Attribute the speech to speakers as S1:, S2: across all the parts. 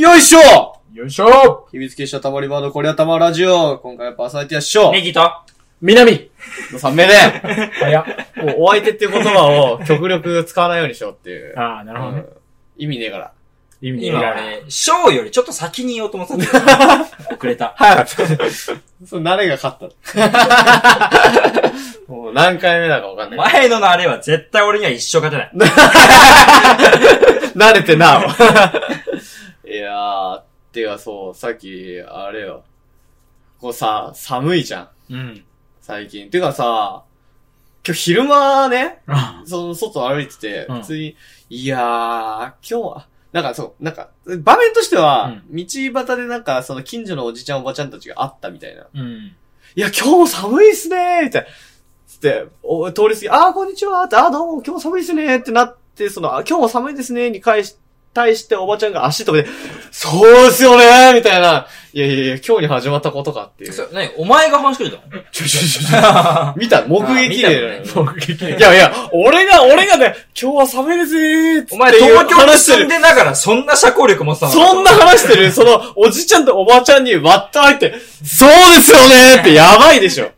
S1: よいしょ
S2: よいしょ
S1: 秘密結社たまり場のこりゃたまラジオ。今回はパーソナリティは師匠
S3: ネギと
S4: 南
S1: の3名で、
S2: 早っ。
S4: もうお相手っていう言葉を極力使わないようにしようっていう。
S2: ああ、なるほどね。
S4: 意味ねえから。
S2: 意味
S3: 今
S2: ね。
S3: ね、ショーよりちょっと先に言おうと思ってたんだ けど。遅れた。
S4: 早かった。
S1: それ誰が勝ったの
S4: もう何回目だかわかんない。
S3: 前ののあれは絶対俺には一生勝てない。
S4: 慣れてな。 いやー、てかそう、さっき、あれよ。こうさ、寒いじゃん。
S2: うん。
S4: 最近。てかさ、今日昼間ね、
S2: あ
S4: その外歩いてて、
S2: うん
S4: 普通に、いやー、今日は、なんかそう、なんか、場面としては、道端でなんか、その近所のおじちゃんおばちゃんたちがあったみたいな。
S2: うん。
S4: いや、今日も寒いっすねーみたいな。つって、お通り過ぎ、あー、こんにちはーって、あー、どうも、今日も寒いっすねーってなって、その、あ今日も寒いですねーに返し、対しておばちゃんが足とかで、そうっすよねーみたいな。いやいやいや、今日に始まったことかっていう。ちょ
S3: そ何お前が話しかけたの
S4: ちょちょちょ。見た目撃
S3: あ
S4: 例
S3: 見
S4: だ
S3: た
S4: よ。
S2: 目撃
S4: いやいや、俺が、俺がね、今日は寒いですねーって
S3: お前
S4: いう
S3: 東京に
S4: 話して
S3: 住ん
S4: る。
S3: でながらそんな社交力持ってたの
S4: そんな話してる、その、おじちゃんとおばちゃんに割って入って、そうですよねーってやばいでしょ。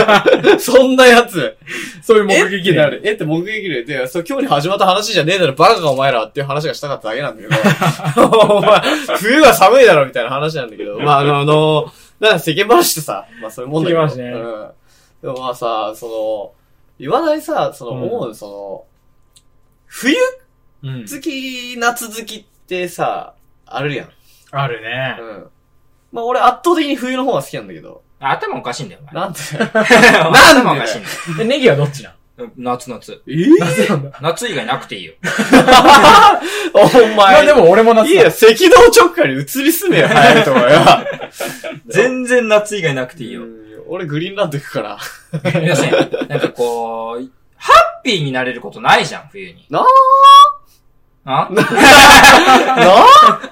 S4: そんなやつ。
S2: そういう
S4: え
S2: 目
S4: っ
S2: 撃
S4: て
S2: で
S4: な。る。えって目撃例で、そう、今日に始まった話じゃねえだろ、バカかお前らっていう話がしたかっただけなんだけ ど、お前、冬が寒いだろみたいな話なんだけど、まあ、あの、あの、なんか世間話ってさ、まあそういうもんだけど。
S2: 世間話ね
S4: うん。でもまあさ、その、言わないさ、その、
S2: うん
S4: 思う、その、冬
S2: うん。
S4: 好き、夏好きってさ、あるやん。
S2: あるね
S4: う。ん。まあ俺圧倒的に冬の方が好きなんだけど、
S3: 頭おかしいんだよ、お前。
S4: なんて、
S3: 頭おかしいんだよ。
S2: え、ネギはどっちなん
S3: 夏夏。
S4: ええ
S2: 夏なんだ。
S3: 夏以外なくていいよ。
S4: お
S2: まあ
S4: 前
S2: で。も俺も夏
S4: いいや、
S2: だ。
S4: 赤道直下に移り住めよ、早いと思うよ。
S3: 全然夏以外なくていいよ。
S4: うん俺グリーンランド行くから。
S3: 要するに、なんかこう、ハッピーになれることないじゃん、冬に。
S4: な
S3: あ
S4: あなあ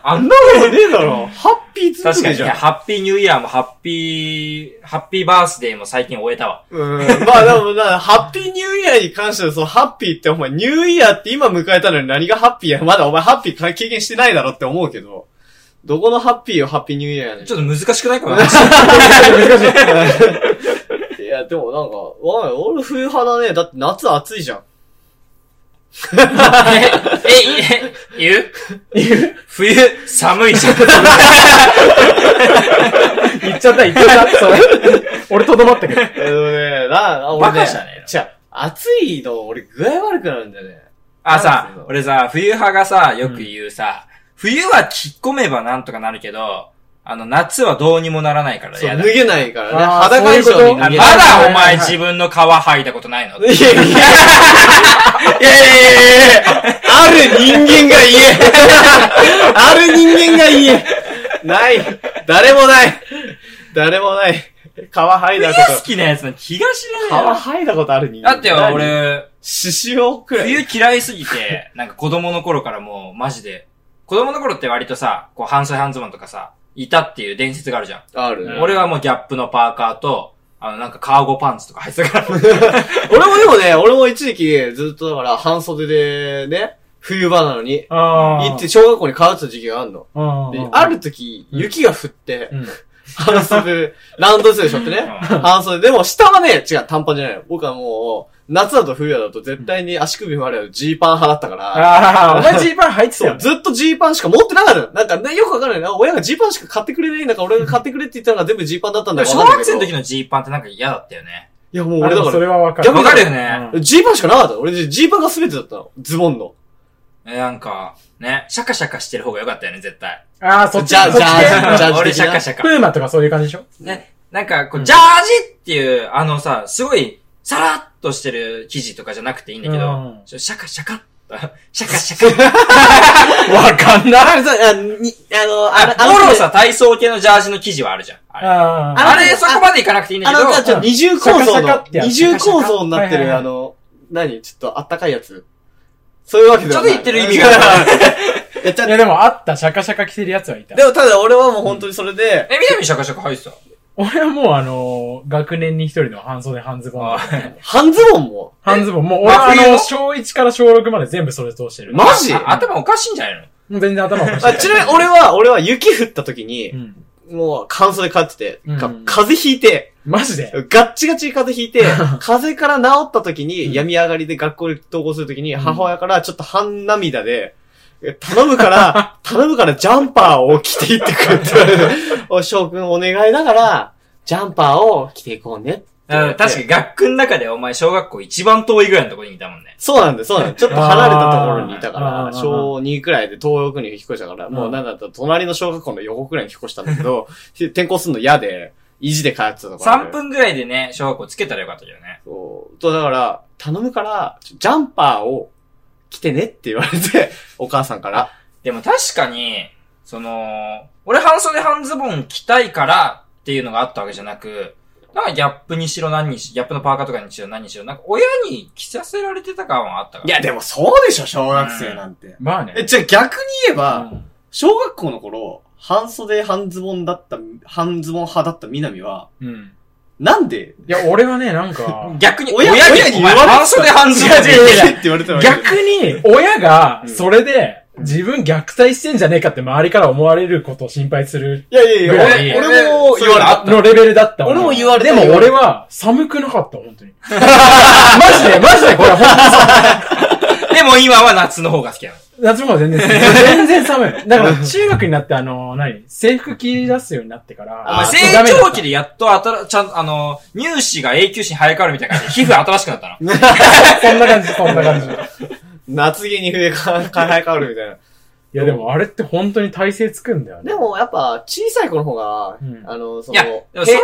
S3: あん
S4: なことねえだろ。ハッピーつ
S3: 確
S4: ぶけ
S3: かに、
S4: じゃん。
S3: ハッピーニューイヤーもハッピー、ハッピーバースデーも最近終えたわ。
S4: うん。まあでもな、ハッピーニューイヤーに関しては、そのハッピーってお前、ニューイヤーって今迎えたのに何がハッピーや。まだお前ハッピーか経験してないだろって思うけど、どこのハッピーをハッピーニューイヤーやねん
S3: ちょっと難しくないかな
S4: いや、でもなんか、わかんない俺冬派だね。だって夏暑いじゃん。
S3: え、え、え、言う言う冬、寒いじゃん。
S2: 言っちゃった、言っちゃ った。それ。俺とどまったけど。
S4: えーとね、な、あ俺
S3: バ
S4: ね、
S3: カじゃねえの
S4: じゃあ暑いの俺具合悪くなるんだよね。
S3: あさ、俺さ、冬派がさ、よく言うさ、冬は着込めばなんとかなるけど、あの、夏はどうにもならないから
S4: そう、
S3: や
S4: 脱
S3: だ。
S4: げないからね。
S2: あー
S4: 裸以上に脱げ
S3: あまだ
S2: そういうこ
S4: ない。
S3: お前自分の皮剥いだことないの
S4: いやいやいやいやいやいやある人間が言えある人間が言えない誰もない誰もない皮剥いだこ
S3: 冬好きなやつの気がし
S4: と。皮
S3: ないよ。
S4: 剥いだことある人間
S3: だってよ、。俺、
S4: 獅子王くらい。
S3: 冬嫌いすぎて、なんか子供の頃からもう、マジで。子供の頃って割とさ、こう、半袖半ズボンとかさ、いたっていう伝説があるじゃん。
S4: ある
S2: うん
S3: 俺はもうギャップのパーカーと、あの、なんかカーゴパンツとか入ってたから。
S4: 俺もでもね、俺も一時期ずっとだから半袖でね、冬場なのに、
S2: あ
S4: 行って小学校に通ってた時期があるの。
S2: あ
S4: で、ある時、雪が降って、
S2: うん。
S4: 半袖、ラウンドツーでしょってね。
S3: う
S4: 半袖。でも下はね、違う、短パンじゃないの。僕はもう、夏だと冬だと絶対に足首までジーパン派だったから。
S2: ああ、お前ジーパン入ってた
S4: そ
S2: よ
S4: う、
S2: ね。
S4: ずっとジーパンしか持ってなかったの。なんかね、よくわからないな。親がジーパンしか買ってくれないんだから、俺が買ってくれって言ったのが全部ジーパンだったん
S3: んで
S4: だ
S3: も
S4: か
S3: 小
S4: らわかんない
S3: 学
S4: け
S3: 生
S4: ど。
S3: の時のジーパンってなんか嫌だったよね。
S4: いや、もう
S2: あ
S4: 俺
S2: で
S4: だ
S2: も
S4: か
S2: それ
S4: ら。
S2: はわかる。
S4: 逆
S3: わ
S4: に
S3: かるよね。
S4: ジーパンしかなかったの。俺、ジーパンが全てだったの。ズボンの。
S3: えなんか、ね、シャカシャカしてる方が良かったよね、絶対。
S2: ああ、そっち
S4: ジャージ
S2: そっち
S4: ャージ的な
S3: 俺シャカシャ
S2: プ
S3: カ。
S2: ーマとかそういう感じでしょ
S3: ね、なんか、こう、ジャージっていう、あのさ、すごい、さらっとしてる生地とかじゃなくていいんだけ
S2: うん
S3: ど、ちょシャカシャカ。シャカシャカ。
S4: わかんない。あ、そうあにあの、
S3: あ
S4: あの、
S3: の、ロさ、体操系のジャージの生地はあるじゃん。あれ、
S2: ああ。
S3: あれ
S4: あの
S3: そこまでいかなくていいんだ
S4: あ
S3: け
S4: の、じゃあち
S3: ど、
S4: ょっと二重構
S2: シャカ
S4: 造
S2: シャカ
S4: の
S2: って、やつ
S4: 二重構造になって
S2: はいはい
S4: る、
S2: はい
S4: あの、何ちょっとあったかいやつ。そういうわけではない。
S3: ちょっと言ってる意味が
S4: ある。 いや、ちゃ
S2: いやでもあった、シャカシャカ着てるやつはいた。
S4: でもただ俺はもう本当にそれで、
S3: え、みなみシャカシャカ入ってた
S2: 俺はもうあのー、学年に一人の半袖半ズボン
S3: あ
S2: だ。
S4: 半ズボンも。
S2: 半ズボン、もう俺はあ
S3: 真冬
S2: の、
S3: の
S2: 小1から小6まで全部それ通してる。
S4: マジ
S3: あ頭おかしいんじゃないの
S2: もう全然頭おかしい。
S4: あちなみに俺は、俺は雪降った時
S2: う
S4: に、
S2: ん。
S4: もう乾燥で帰ってて、か
S2: うん
S4: 風邪ひいて、
S2: マジで
S4: ガッチガチに風邪ひい て、風邪から治った時に、病み上がりで学校で登校する時に、母親からちょっと半涙で、頼む から、頼むからジャンパーを着ていってくれって言われて、おい翔くんお願いだから、ジャンパーを着ていこうねって言われ
S3: 確
S4: て。
S3: かに学区の中でお前小学校一番遠いぐらいのところにいたもんね。
S4: そうなんだよ、そうなんだ よ。ちょっと離れたところにいたか
S2: あ
S4: ら、
S2: ー
S4: 小2くらいで東北に引っ越したから、もうなんだったら隣の小学校の横くらいに引っ越したんだけど、転校するの嫌で、意地で通ってたところで。
S3: 3分ぐらいでね、小学校つけたらよかったけどね。
S4: そう。と、だから、頼むから、ちょジャンパーを着てねって言われて、 お母さんから。
S3: でも確かに、その、俺半袖半ズボン着たいからっていうのがあったわけじゃなく、なんかギャップにしろ何にしギャップのパーカーとかにしろ何にしろ、なんか親に着させられてた感はあったから。
S1: いや、でもそうでしょ、小学生なんて。
S2: まあね。
S1: え、じゃあ逆に言えば、
S3: うん、
S1: 小学校の頃、半袖半ズボンだった、半ズボン派だった南は、
S2: うん。
S1: なんで、
S2: いや、俺はね、なんか
S3: 逆に
S1: 親
S3: 親に、
S1: 親に
S3: お前
S1: 言われてた
S3: 半袖半ズボン
S2: 違う違う違う
S1: えって言われたわけ
S2: 逆に、親が、それで、自分虐待してんじゃねえかって周りから思われることを心配する
S4: いやいや
S2: ぐら
S4: い
S2: い
S4: や、俺俺も
S3: そ
S4: 言
S3: ういう
S4: わ
S3: の
S4: れた。
S3: あった
S2: のレベルだった
S4: 俺も言われた
S2: でも
S4: 言われ
S2: 俺は、寒くなかった、本 当に。マジで、マジで、これ、ほんと
S3: でも今は夏の方が好きなの。
S2: 夏も全然寒い、全然寒い。だから、中学になって、あの、何制服着出すようになってから、
S3: お
S4: あ
S3: 前
S2: ダメ
S3: 成
S2: だった
S3: 長期でやっとあたら、ちゃん、あの、乳歯が永久歯に生え変わるみたいな感じで、皮膚新しくなった
S2: そ
S3: の。
S2: んな感じ、そんな感じ。い
S4: 夏着に冬が開発変わるみたいな。
S2: や、でも、あれって本当に体勢つくんだよね。
S4: でもやっぱ小さい子の方が、
S2: うん
S4: あの、そ
S3: いや、で
S4: の
S3: もそれ
S4: へ、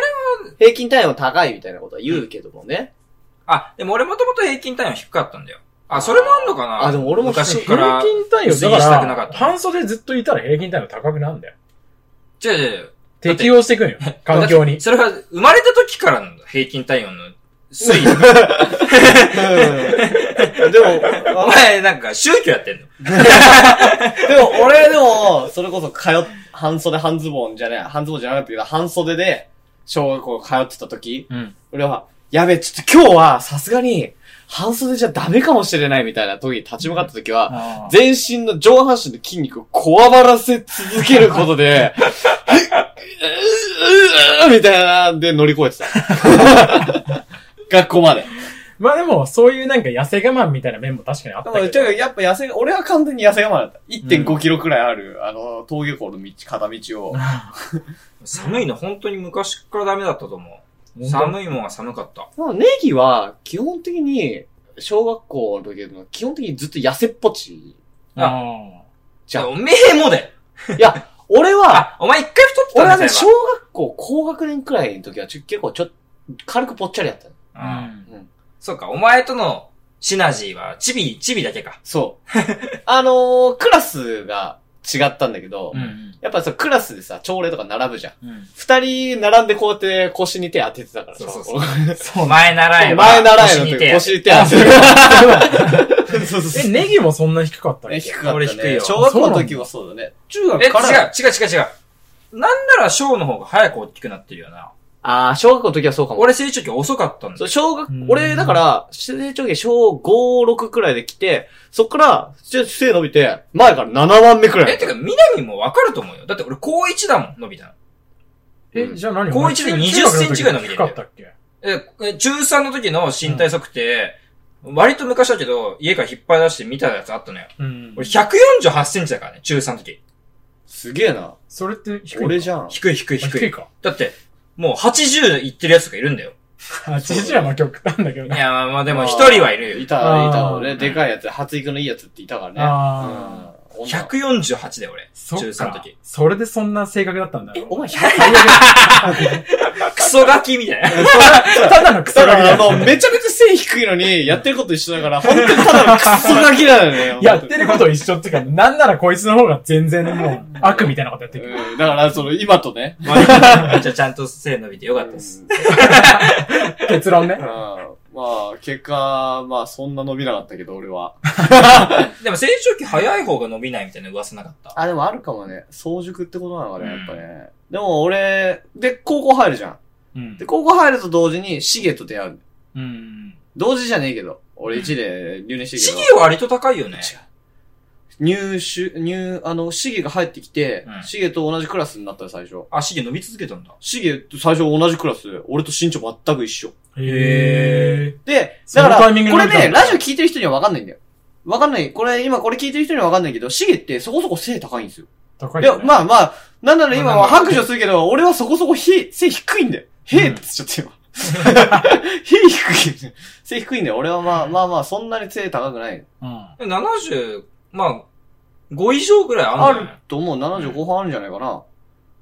S4: 平均体温高いみたいなことは言うけどもね。
S3: あ、でも俺もともと平均体温低かったんだよ。あ、それもあんのかな
S4: あでも俺も
S3: 昔
S4: 低い
S3: から。
S2: 平均体温、
S3: 薄着
S2: だ
S3: したく
S2: か
S3: なからっ、た
S2: 半袖ずっといたら平均体温高くなるんだよ。
S3: 違う違う違う。だって
S2: 適応していくんよ、環境
S3: だっ
S2: に
S3: て。それが生まれた時からなんだ、平 均体温の推移。
S4: うんでも、
S3: お前なんか宗教やってんの
S4: でも、俺でも、それこそ通っ、半袖半ズボンじゃねえ、半ズボンじゃなかったけど、半袖で、小学校通ってた時、
S2: うん
S4: 俺は、やべえ、ちょっと今日は、さすがに、半袖じゃダメかもしれないみたいな時に立ち向かった時は、
S2: あー
S4: 全身の上半身の筋肉をこわばらせ続けることで、 ううううみたいなんで乗り越えてた。
S1: 学校まで。
S2: まあでも、そういうなんか痩せ我慢みたいな面も確かにあっ
S1: で
S2: た
S1: も、
S2: け
S1: ちょ
S2: ど。
S1: やっぱ痩せ、俺は完全に痩せ我慢だった。1.5キロくらいある、あの、峠校の道、片道を。
S3: 寒いの本当に昔からダメだったと思う。
S2: 当
S3: 寒いもんは寒かった。
S4: まあネギは、基本的に、小学校の時の、基本的にずっと痩せっぽち。
S2: あ
S4: じゃあ
S3: おめえもだよ。
S4: いや、俺は、
S3: あ、お前一回太って
S4: 俺
S3: た
S4: は
S3: んだ
S4: ね、
S3: よ。
S4: 小
S3: そうい
S4: 学校高学年くらいの時はちょ結構ちょっと、軽くぽっちゃりやったの。
S3: え
S2: ー
S3: ば
S2: うん
S3: そうか、お前とのシナジーは、チビ、チビだけか。
S4: そう。あのー、クラスが違ったんだけど、
S2: うん
S4: やっぱさ、クラスでさ、朝礼とか並ぶじゃん。
S2: うん。
S4: 二人並んでこうやって腰に手当ててたからさ。
S3: そうそう
S4: う。
S3: そう、前習え ば。
S4: 前習いの
S3: 腰に
S4: 時
S3: 手
S4: 腰に手 当てる。 そうそう
S2: え、
S4: そう。
S2: ネギもそんな低かったっけ
S1: え、低かっ
S3: 俺
S1: た
S3: 低い
S1: ね。
S3: よ
S1: 小学校の時はそうだね。中
S3: え、違
S1: 学
S3: う
S1: から。、
S3: 違う、違う、違う。なんなら小の方が早く大きくなってるよな。
S4: ああ、小学校の時はそうかも。
S3: 俺成長期遅かったんだ
S4: そ
S3: よ
S4: う、。小学
S2: うん、
S4: 俺、だから、成長期小5、6くらいで来て、そっから、背背伸びて、前から7番目くらい。
S3: え、てか、南もわかると思うよ。だって俺高1だもん、伸びたの。
S2: え、じゃあ何
S3: 高一で20センチぐらい伸びてんだ
S2: か
S3: よ
S2: ったっけ
S3: え、え中3の時の身体測定、割と昔だけど、家から引っ張り出して見たやつあったのよ。
S2: うん
S3: 俺148センチだからね、中3の時。
S4: すげえな。
S2: それって低いのか。
S4: 俺じ
S2: ゃ
S4: ゃん。
S3: 低い低い低
S2: 低い
S3: い。
S2: か。
S3: だって、もう80いってるやつとかいるんだよ。
S2: あ、父はまあ極端だけど
S3: い
S2: ね。
S3: や、まあまあでも一人はいる
S4: い
S3: よ。
S4: た、
S2: あー
S4: いた、俺、でかいやつ、発育のいいやつっていたからね。
S2: ああ。
S4: うん女
S3: 148だよ、俺。
S2: そ
S3: 中
S2: っ
S3: 3の
S2: か
S3: 時。。
S2: それでそんな性格だったんだろう。
S4: お前100
S3: クソガキみたいな。
S2: ただのクソ
S4: だか
S2: ガ
S4: ら、
S2: キだよ。
S4: あの、めちゃめちゃ背低いのに、やってること一緒だから、本当にただのクソガキなのね。
S2: やってること一緒っていうか、なんならこいつの方が全然もう悪みたいなことやってる。
S4: うんだから、その、今とね。
S3: まあ、じゃあちゃんと背伸びてよかったです。
S2: 結論ね
S4: うん。
S1: うんまあ、結果、まあ、そんな伸びなかったけど、俺は。
S3: でも成長期早い方が伸びないみたいな噂なかった。
S4: あ、でもあるかもね。早熟ってことなのかね、やっぱね。でも、俺、で、高校入るじゃん。
S2: うん
S4: で、。高校入ると同時に、シゲと出会う。
S2: うん。
S4: 同時じゃねえけど。俺1で留年してるけ
S3: シ
S4: ど。
S3: ギは割と高いよね。
S4: 入手、入、あの、シゲが入ってきて
S3: うん、
S4: シゲと同じクラスになったよ、最初。
S3: 足毛伸び続けたんだ。
S4: シゲと最初同じクラス、俺と身長全く一緒。
S2: へ
S4: で、だか
S2: そのタ
S4: ら、
S2: イミングで
S4: これ
S2: 見た
S4: ね、
S2: んだ
S4: ラジオ聞いてる人には分かんないんだよ。分かんない。これ、今これ聞いてる人には分かんないけど、シゲってそこそこ背高いんですよ。
S2: ー。高い
S4: い
S2: よ
S4: や、
S2: ね。
S4: まあまあ、なんなら今は
S3: まあ
S4: 白状するけど、俺はそこそこ背、背低いんだよ。へって言っちゃって今。 背低いんだよ。背低いんだよ。俺はまあまあまあ、そんなに背高くない。
S2: うん。
S3: で70、まあ、5以上ぐらいあ
S4: あ
S3: るん
S4: る
S3: だよ。
S4: と思う75半あるんじゃないかな。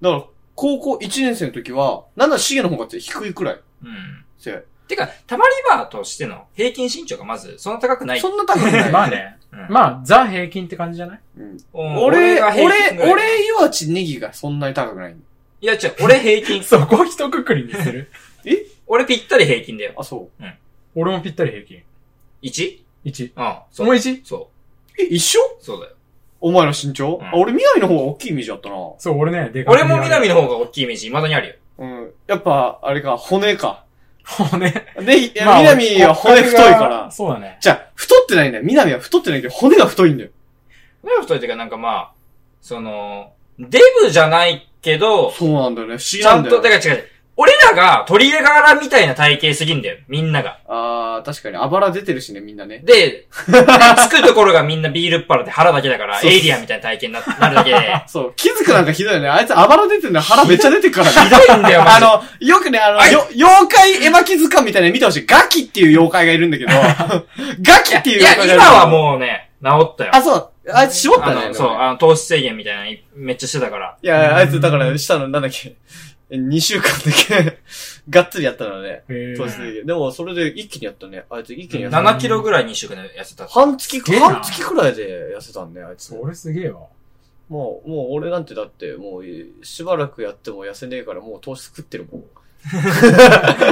S4: だから、高校1年生の時は、なんならシゲの方が低いくらい。
S3: うん。
S4: 背。
S3: てか、たまりバーとしての平均身長がまず、そんな高くない。
S4: そんな高く ない。
S2: まあね。
S3: うん
S2: まあ、ザ平均って感じじゃない
S4: うん
S3: うん
S4: 俺、
S3: が
S4: 俺
S3: 平均ぐ、らい
S4: 俺、岩地ネギがそんなに高くない。
S3: いや、違う、俺平均。
S2: そこを一括りにする。
S3: 俺ぴったり平均だよ。
S4: あ、そ
S2: 俺もぴったり平均。
S3: 1?
S2: 1。
S3: うん。そ
S2: もう
S3: う。
S2: 1?
S3: そ
S4: え、一緒
S3: う。そうだよ。
S4: お前の身長、
S3: うん
S4: あ、俺、南の方が大きいイメージあったな。
S2: そう、俺ね、でかい
S3: 俺も南の方が大きいイメージ、未だにあるよ。
S4: うん。やっぱ、あれか、骨か。
S2: 骨。
S4: で、いや
S2: まあ
S4: 南は骨太いか
S2: 骨
S4: ら
S2: が。そうだね。
S4: じゃあ、太ってないんだよ。南は太ってないけど、骨が太いんだよ。
S3: 南太いというか、なんかまあ、その、デブじゃないけど、
S4: そうなんだよね。不思議
S3: ちゃ
S4: なん
S3: ん
S4: だよ
S3: と、
S4: ね、
S3: だから違う。俺らが取り入れ柄みたいな体型すぎんだよ。みんなが。
S4: あー、確かに、あばら出てるしね、みんなね。
S3: で、つくところがみんなビールっ腹で腹だけだから、
S4: そうそう
S3: エイリアンみたいな体型にななるだけ で。
S4: そう、気づくなんかひどいよね。あいつあばら出てるの腹めっちゃ出てるから、ね。
S3: ひどいんだよ、マジ で。
S4: あの、よくね、あの、
S3: あい
S4: よ妖怪絵巻図鑑みたいなの見てほしい。ガキっていう妖怪がいるんだ けど、ガキっていう
S3: いや
S4: 妖怪がいるんだけど。、
S3: 今はもうね、治ったよ。
S4: あ、そう。あいつ絞った
S3: あ
S4: ね。
S3: のそう、あの、糖質制限みたいなのいめっちゃしてたから。
S4: いや、あいつだから、したのなんだっけ。2週間だけ、がっつりやったのね。
S2: へー
S4: そうですね。でも、それで一気にやったね。あいつ一気にやった。
S3: 7キロぐらい2週間で痩せた。
S4: 半月
S2: すげえ
S4: か、
S2: な
S4: 半月くらいで痩せたんね、あいつ。
S2: それすげえ わ。
S4: もう、もう俺なんてだって、もう、しばらくやっても痩せねえから、もう糖質食ってるもん。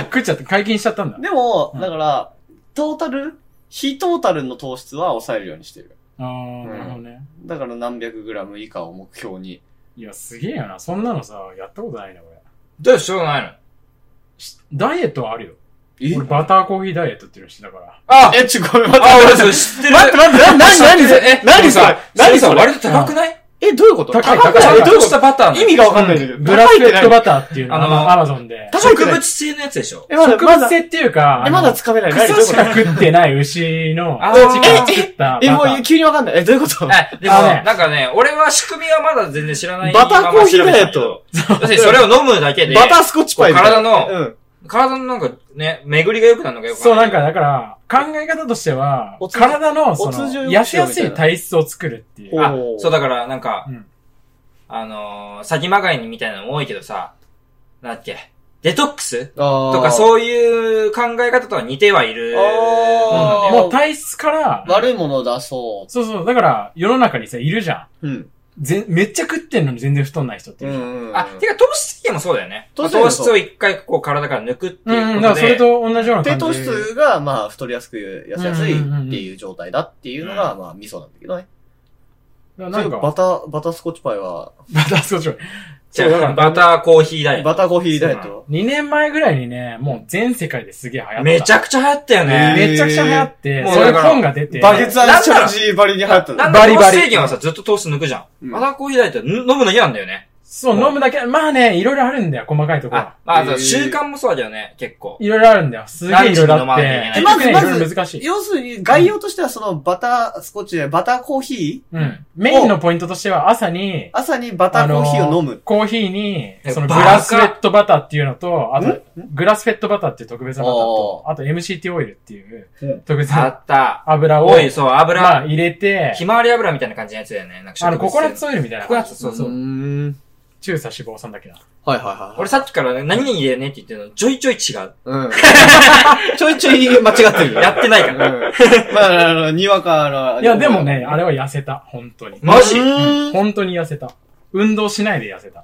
S2: 食っちゃって解禁しちゃったんだ。
S4: でも
S2: う、ん
S4: だから、トータル非トータルの糖質は抑えるようにしてる。
S2: あー、なるほどね。
S4: だから何百グラム以下を目標に。
S2: いや、すげえよな。そんなのさ、やったことないな、俺。
S3: どうしようがないの
S2: ダイエットはあるよ。
S4: え
S2: 俺、バターコーヒーダイエットっていうのしてたから。
S3: あ
S4: え、ちょ、ごめん、待って。
S3: あ、俺
S4: 待
S3: そ
S4: っ
S3: れ
S4: て
S3: 知ってる。
S4: 待って、待って、な、な、な、
S3: 知ってるえ
S4: 何何それ何
S3: そ
S4: そ
S3: れ
S4: れ
S3: 割と高くない
S4: え、どういうこと
S2: 高い
S4: 高く
S2: 高
S4: ないい
S3: ち
S4: え
S3: ゃん
S4: どういうこ
S3: としたパターン
S4: と
S3: の
S4: 意味がわかんないんだけど。
S2: ブラックレッド
S4: バ
S2: バターっていうの、
S3: あ
S2: あ
S3: の
S2: の、アマゾンで。
S4: 高いって
S3: 植
S4: ない
S3: 物性のやつでしょ
S4: え、まだ、
S2: 植
S4: ま
S2: 物
S4: だ、
S2: 性っていうか、
S4: え、まだ掴めない。何どう
S2: 草
S4: いう
S2: し
S4: こ
S2: か
S4: と
S2: 食ってない牛の、
S3: あ
S2: あ
S3: ー
S2: 作ったバタ
S4: え、も
S2: ー
S4: う。急にわかんない。え、どういうこと
S3: え、でも
S2: あのね
S3: なんかね、俺は仕組みはまだ全然知らない。
S4: バターコーヒーだよと
S3: 今まで調べてないけど。要するにそれを飲むだけで、
S4: バタースコッチパイみたいな。
S3: こう体
S4: うん。
S3: 体のなんかね、巡りが良くなるのがよく
S2: そう、なんか、だから、考え方としては
S4: お、通じ
S2: 体の、そ
S4: お
S2: の、
S4: 通じを良くしよう
S2: 痩せやすい体質を作るっていう。
S3: あ
S4: お、ー
S3: そうだから、なんか
S2: うん、
S3: あのー、先まがいにみたいなの多いけどさ、なんだっけ、デトックスと
S4: と
S3: かそういう考え方とは似てはいるもんな
S4: あ
S3: んだよ。
S4: ー
S2: もう体質から、
S4: 悪いものを出そ
S2: そうそう、だから、世の中にさ、いるじゃ
S4: う。うん。
S2: ん。ぜん、めっちゃ食ってんのに全然太んない人っているじゃん。
S4: ん
S3: あ、てか糖質制限もそうだよね。ま
S4: 糖質制限
S3: あ糖
S4: も
S3: 質
S4: そう
S3: を一回こう体から抜くって
S2: うん、
S3: いううんこ
S2: だから
S3: と
S2: それ
S3: で。
S2: と同じような
S4: 低
S2: 感
S4: 糖
S2: じ。
S4: 質が、まあ、太りやすく、痩せやすい
S2: うんうんうんうん
S4: っていう状態だっていうのが、まあ、ミソなんだけどね。
S2: な
S4: そうんいう
S2: か、
S4: バ
S2: バ
S4: ター、バタースコッチパイは、
S2: ター、 そう、ちょい。
S3: じ
S2: そうだか
S3: ゃ
S2: ら
S3: あ、バターコーヒーだよ。
S4: バターコーヒーダイエット。
S2: 2年前ぐらいにね、もう全世界ですげえ流行った。
S3: めちゃくちゃ流行ったよね。
S2: めちゃくちゃ流行って、
S3: もう
S2: それ
S3: だから
S2: 本が出て。
S4: バケツアンチャ
S3: な
S4: ー
S3: んなら
S4: ジーバリに流行ったんだ
S3: なん
S2: バ
S3: だ
S2: リ
S3: 糖
S2: バ
S3: 質
S2: リ
S3: 制限はさ、ずっと糖質抜くじゃん。
S4: うん
S3: バターコーヒーだって飲むの嫌なんだよね。
S2: そう、飲むだけ。まあね、いろいろあるんだよ、細かいところ
S3: あ。、まあ、あ
S4: へ
S3: と
S4: ー
S3: 習慣もそうだよね、結構。
S2: いろいろあるんだよ。すげえいろいろあっ
S3: 何
S2: て。
S4: に
S2: 結
S3: 時
S4: 飲まな
S2: 局
S4: きゃいけ
S2: ね、い
S4: ない
S2: ろいろ難しい。
S4: 要するに、概要としては、その、バタースコッチで、バターコーヒー
S2: うん。メインのポイントとしては、朝に、
S4: 朝にバターコーヒーを飲む。
S2: コーヒーに、
S3: え
S2: そのグ
S3: バカ
S2: ラスフェットバターっていうのと、あと
S4: ん、
S2: グラスフェットバターっていう特別なバターと、あと MCT オイルっていう
S4: うん、
S2: 特別
S3: あ
S2: な
S3: った。
S2: 油を
S3: お、い、そう、油、
S2: まあ入れて
S3: ひ、まわり油みたいな感じのやつだよね。なんか
S2: あの、ココナッツ
S3: コ
S2: オイルみたいな。
S3: コナッツ、そうそう
S4: ー
S3: う。
S4: ん。
S2: 中鎖脂肪酸だっけな。
S4: はいはいはい。
S3: 俺さっきからね何々入れねって言ってるの、ちょいちょい違う。
S4: うん。 ちょいちょい間違ってる。
S3: やってないか
S4: うん
S3: ら。
S4: まあ、あの、にわかの。
S2: いや、でもね、あれは痩せた。本当に。
S3: マジ
S4: うーん
S2: 本当に痩せた。運動しないで痩せた。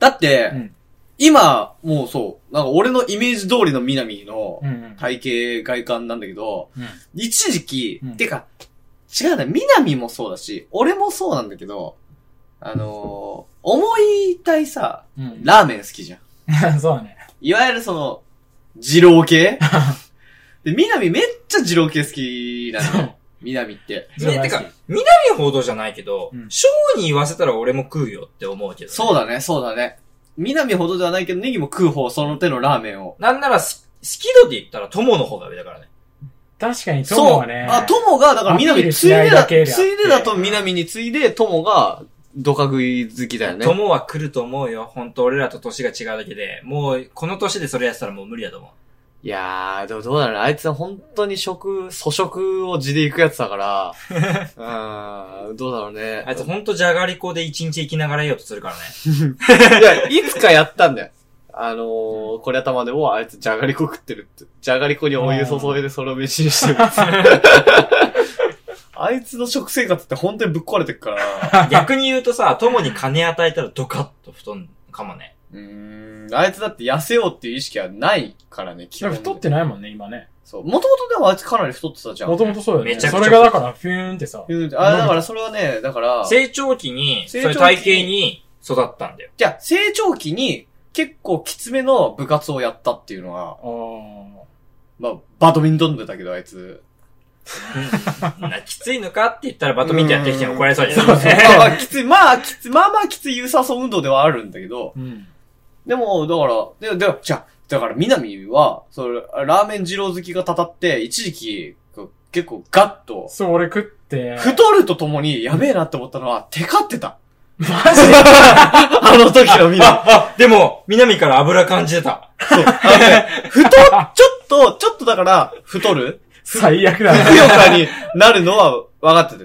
S4: だって、
S2: うん
S4: 今、もうそう、なんか俺のイメージ通りの南の
S2: うんうん。
S4: 体型外観なんだけど、
S2: うん
S4: 一時期、
S2: うん
S4: てか、違うね、南もそうだし、俺もそうなんだけど、あのー、思いたいさ、
S2: うん
S4: ラーメン好きじゃん。
S2: そうだね。
S4: いわゆるその、 二郎系で、南めっちゃ二郎系好きなの。南って。
S2: それ
S3: ね、
S2: は
S3: て
S2: 大好き
S3: か、南ほどじゃないけど
S2: う、ん
S3: 翔、に言わせたら俺も食うよって思うけど、
S4: そうだね、そうだね。南ほどではないけど、ネギも食う方、その手のラーメンを。
S3: なんならす、好き度で言ったら友の方が上だからね。
S2: 確かに、トモ
S4: そう。
S2: はね。
S4: あ、友が、だから
S2: アピー
S4: 南、
S2: ル
S4: つい
S2: しな
S4: で
S2: いだ
S4: だ、
S2: けであって
S4: ついでだと南。
S5: 南に次いで、友が、ドカ食い好きだよね。
S3: 友は来ると思うよ。本当俺らと年が違うだけで、もう、この年でそれやってたらもう無理だと思う。
S5: いやー、でもどうだろうね。あいつは本当に食、粗食を地で行くやつだから。 うーん、どうだろうね。
S3: あいつほんとじゃがりこで一日生きながらようとするからね。
S5: いや、いつかやったんだよ。あのー、これ頭でもあいつじゃがりこ食ってるって。じゃがりこにお湯注いでそれを飯にしてるって。
S4: あいつの食生活って本当にぶっ壊れてるから。
S3: 逆に言うとさ、友に金与えたらドカッと布団かもね。
S4: うーん、あいつだって痩せようっていう意識はないからね、基
S2: でも太ってないもんね、今ね。
S4: そう。もともとでもあいつかなり太ってたじゃん。
S2: もともとそうだよね。
S3: めちゃくち
S2: そ
S3: ゃ
S2: れがだから、フューンってさ。
S4: うんあ、だからそれはね、だから、
S3: 成長期に、そう
S4: 成長
S3: いう
S4: 期
S3: 体型に育った んだよ。
S4: じゃあ成長期に結構きつめの部活をやったっていうのは、
S2: あー
S4: まあ、バドミントン部だけどあいつ。
S3: うんなきついのかって言ったらバドミントンやってきて怒られそうです
S4: ま
S3: よね。
S4: あ まあきつい、まあきつい、まあまあきつい有酸素運動ではあるんだけど、
S2: うん。
S4: でも、だから、で、で、じゃあだから南は、それ、ラーメン二郎好きがたたって、一時期、こう結構ガッと、
S2: そう、俺食って。
S4: 太るとともにやべえなって思ったのは、テカってた。
S2: マジで
S4: あの時の南。
S3: あ、あ、 でも、南から油感じてた。
S4: そう。あのね、太っ、ちょっと、ちょっとだから、太る
S2: 最悪 だ
S4: ふ
S2: ね。
S4: よかになるのは分かってて。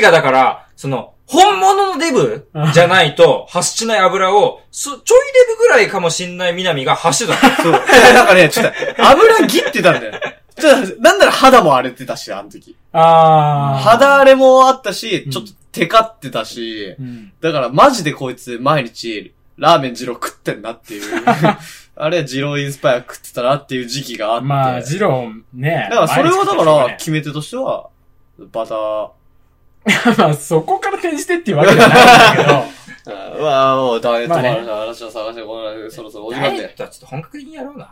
S3: 違う、だから、その、本物のデブじゃないと、発しない油を、そちょいデブぐらいかもしんない南が発してた。
S4: そう。なんかね、ちょっと、油切ってたんだよ。ちょっと、なんなら肌も荒れてたし、あの時。
S2: あー。
S4: 肌荒れもあったし
S2: う、ん
S4: ちょっとテカってたし、
S2: うん。
S4: だからマジでこいつ毎日、ラーメン二郎食ってんなっていう。 あれは二郎インスパイア食ってたなっていう時期があって。
S2: まあ、ジロンね。
S4: だからそれはだか
S2: 毎
S4: ら、
S2: 日
S4: 決め手としては、バター、
S2: 食ってるからね まあ、そこから転じてっていうわけじゃないんだ
S5: あ
S4: うわあ、もうダイエット
S2: まあね
S4: 話の話を探して、このそろそろお時
S3: ダ
S4: 間
S3: イエ
S4: で。
S3: ットはちょっと本格的にやろうな。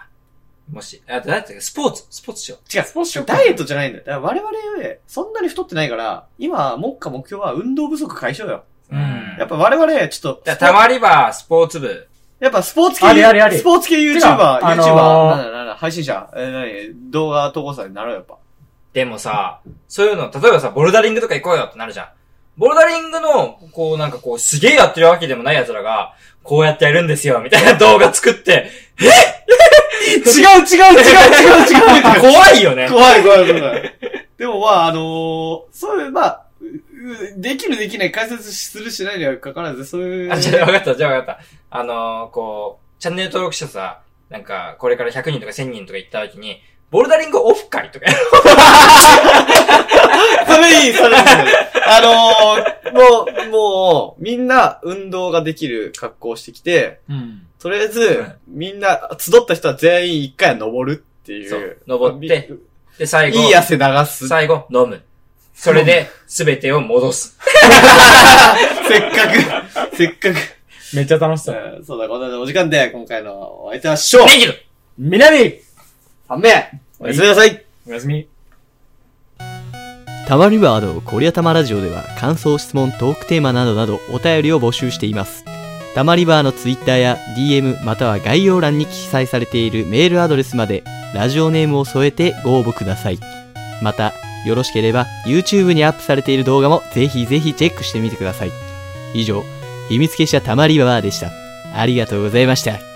S3: もし、あと、だって、スポーツ、スポーツしよ
S4: 違う
S2: スポーツショッ、ク
S4: ダイエットじゃないんだよ。だから我々よりそんなに太ってないから、今、目下目標は運動不足解消よ。
S3: う。
S2: うん
S4: やっぱ我々、ちょっと、
S3: だからたまり場、スポーツ部。
S4: やっぱスポーツ系、
S2: ありありあり
S4: スポーツ系 YouTuber、
S2: てか
S4: YouTuber、
S2: あのー
S4: なんだなんだ、配信者、えー、何動画投稿者になろうよやっぱ。
S3: でもさ、そういうの、例えばさ、ボルダリングとか行こうよってなるじゃん。ボルダリングの、こうなんかこう、すげえやってるわけでもない奴らが、こうやってやるんですよ、みたいな 動画作って、
S4: 違う違う違う違う違う
S3: 怖いよ ね。
S4: 怖い怖い怖い。でもまあ、あのー、そういう、まあ、ううできるできない解説するしないにはかかわらず、そういう。
S3: あ、じゃあ分かった、じゃあ分かった。あのー、こう、チャンネル登録者さ、なんか、これから100人とか1000人とか行った時に、ボルダリングオフ会とかやる。
S4: それいい、それいい。
S5: あのー、もう、もう、みんな運動ができる格好をしてきて、
S2: けど。 うん。
S5: とりあえず、みんな、集った人は全員一回は登るっていう。
S3: そう登ってで、最後、
S5: み。いい汗流す。
S3: 最後、飲む。それで、すべてを戻す。
S4: せっかく、せっかく。
S2: めっちゃ楽しそう。
S4: うんそうだ、こんなお時間で、今回のお相手はショー
S3: ネギル
S2: 南
S4: 3名おやすみなさい
S2: おやすみ。
S6: たまりワードコリアタマラジオでは感想、質問、トークテーマなどなどお便りを募集しています。たまりバーのツイッターや DM または概要欄に記載されているメールアドレスまでラジオネームを添えてご応募ください。また、よろしければ YouTube にアップされている動画もぜひぜひチェックしてみてください。以上、秘密結社たまりバーでした。ありがとうございました。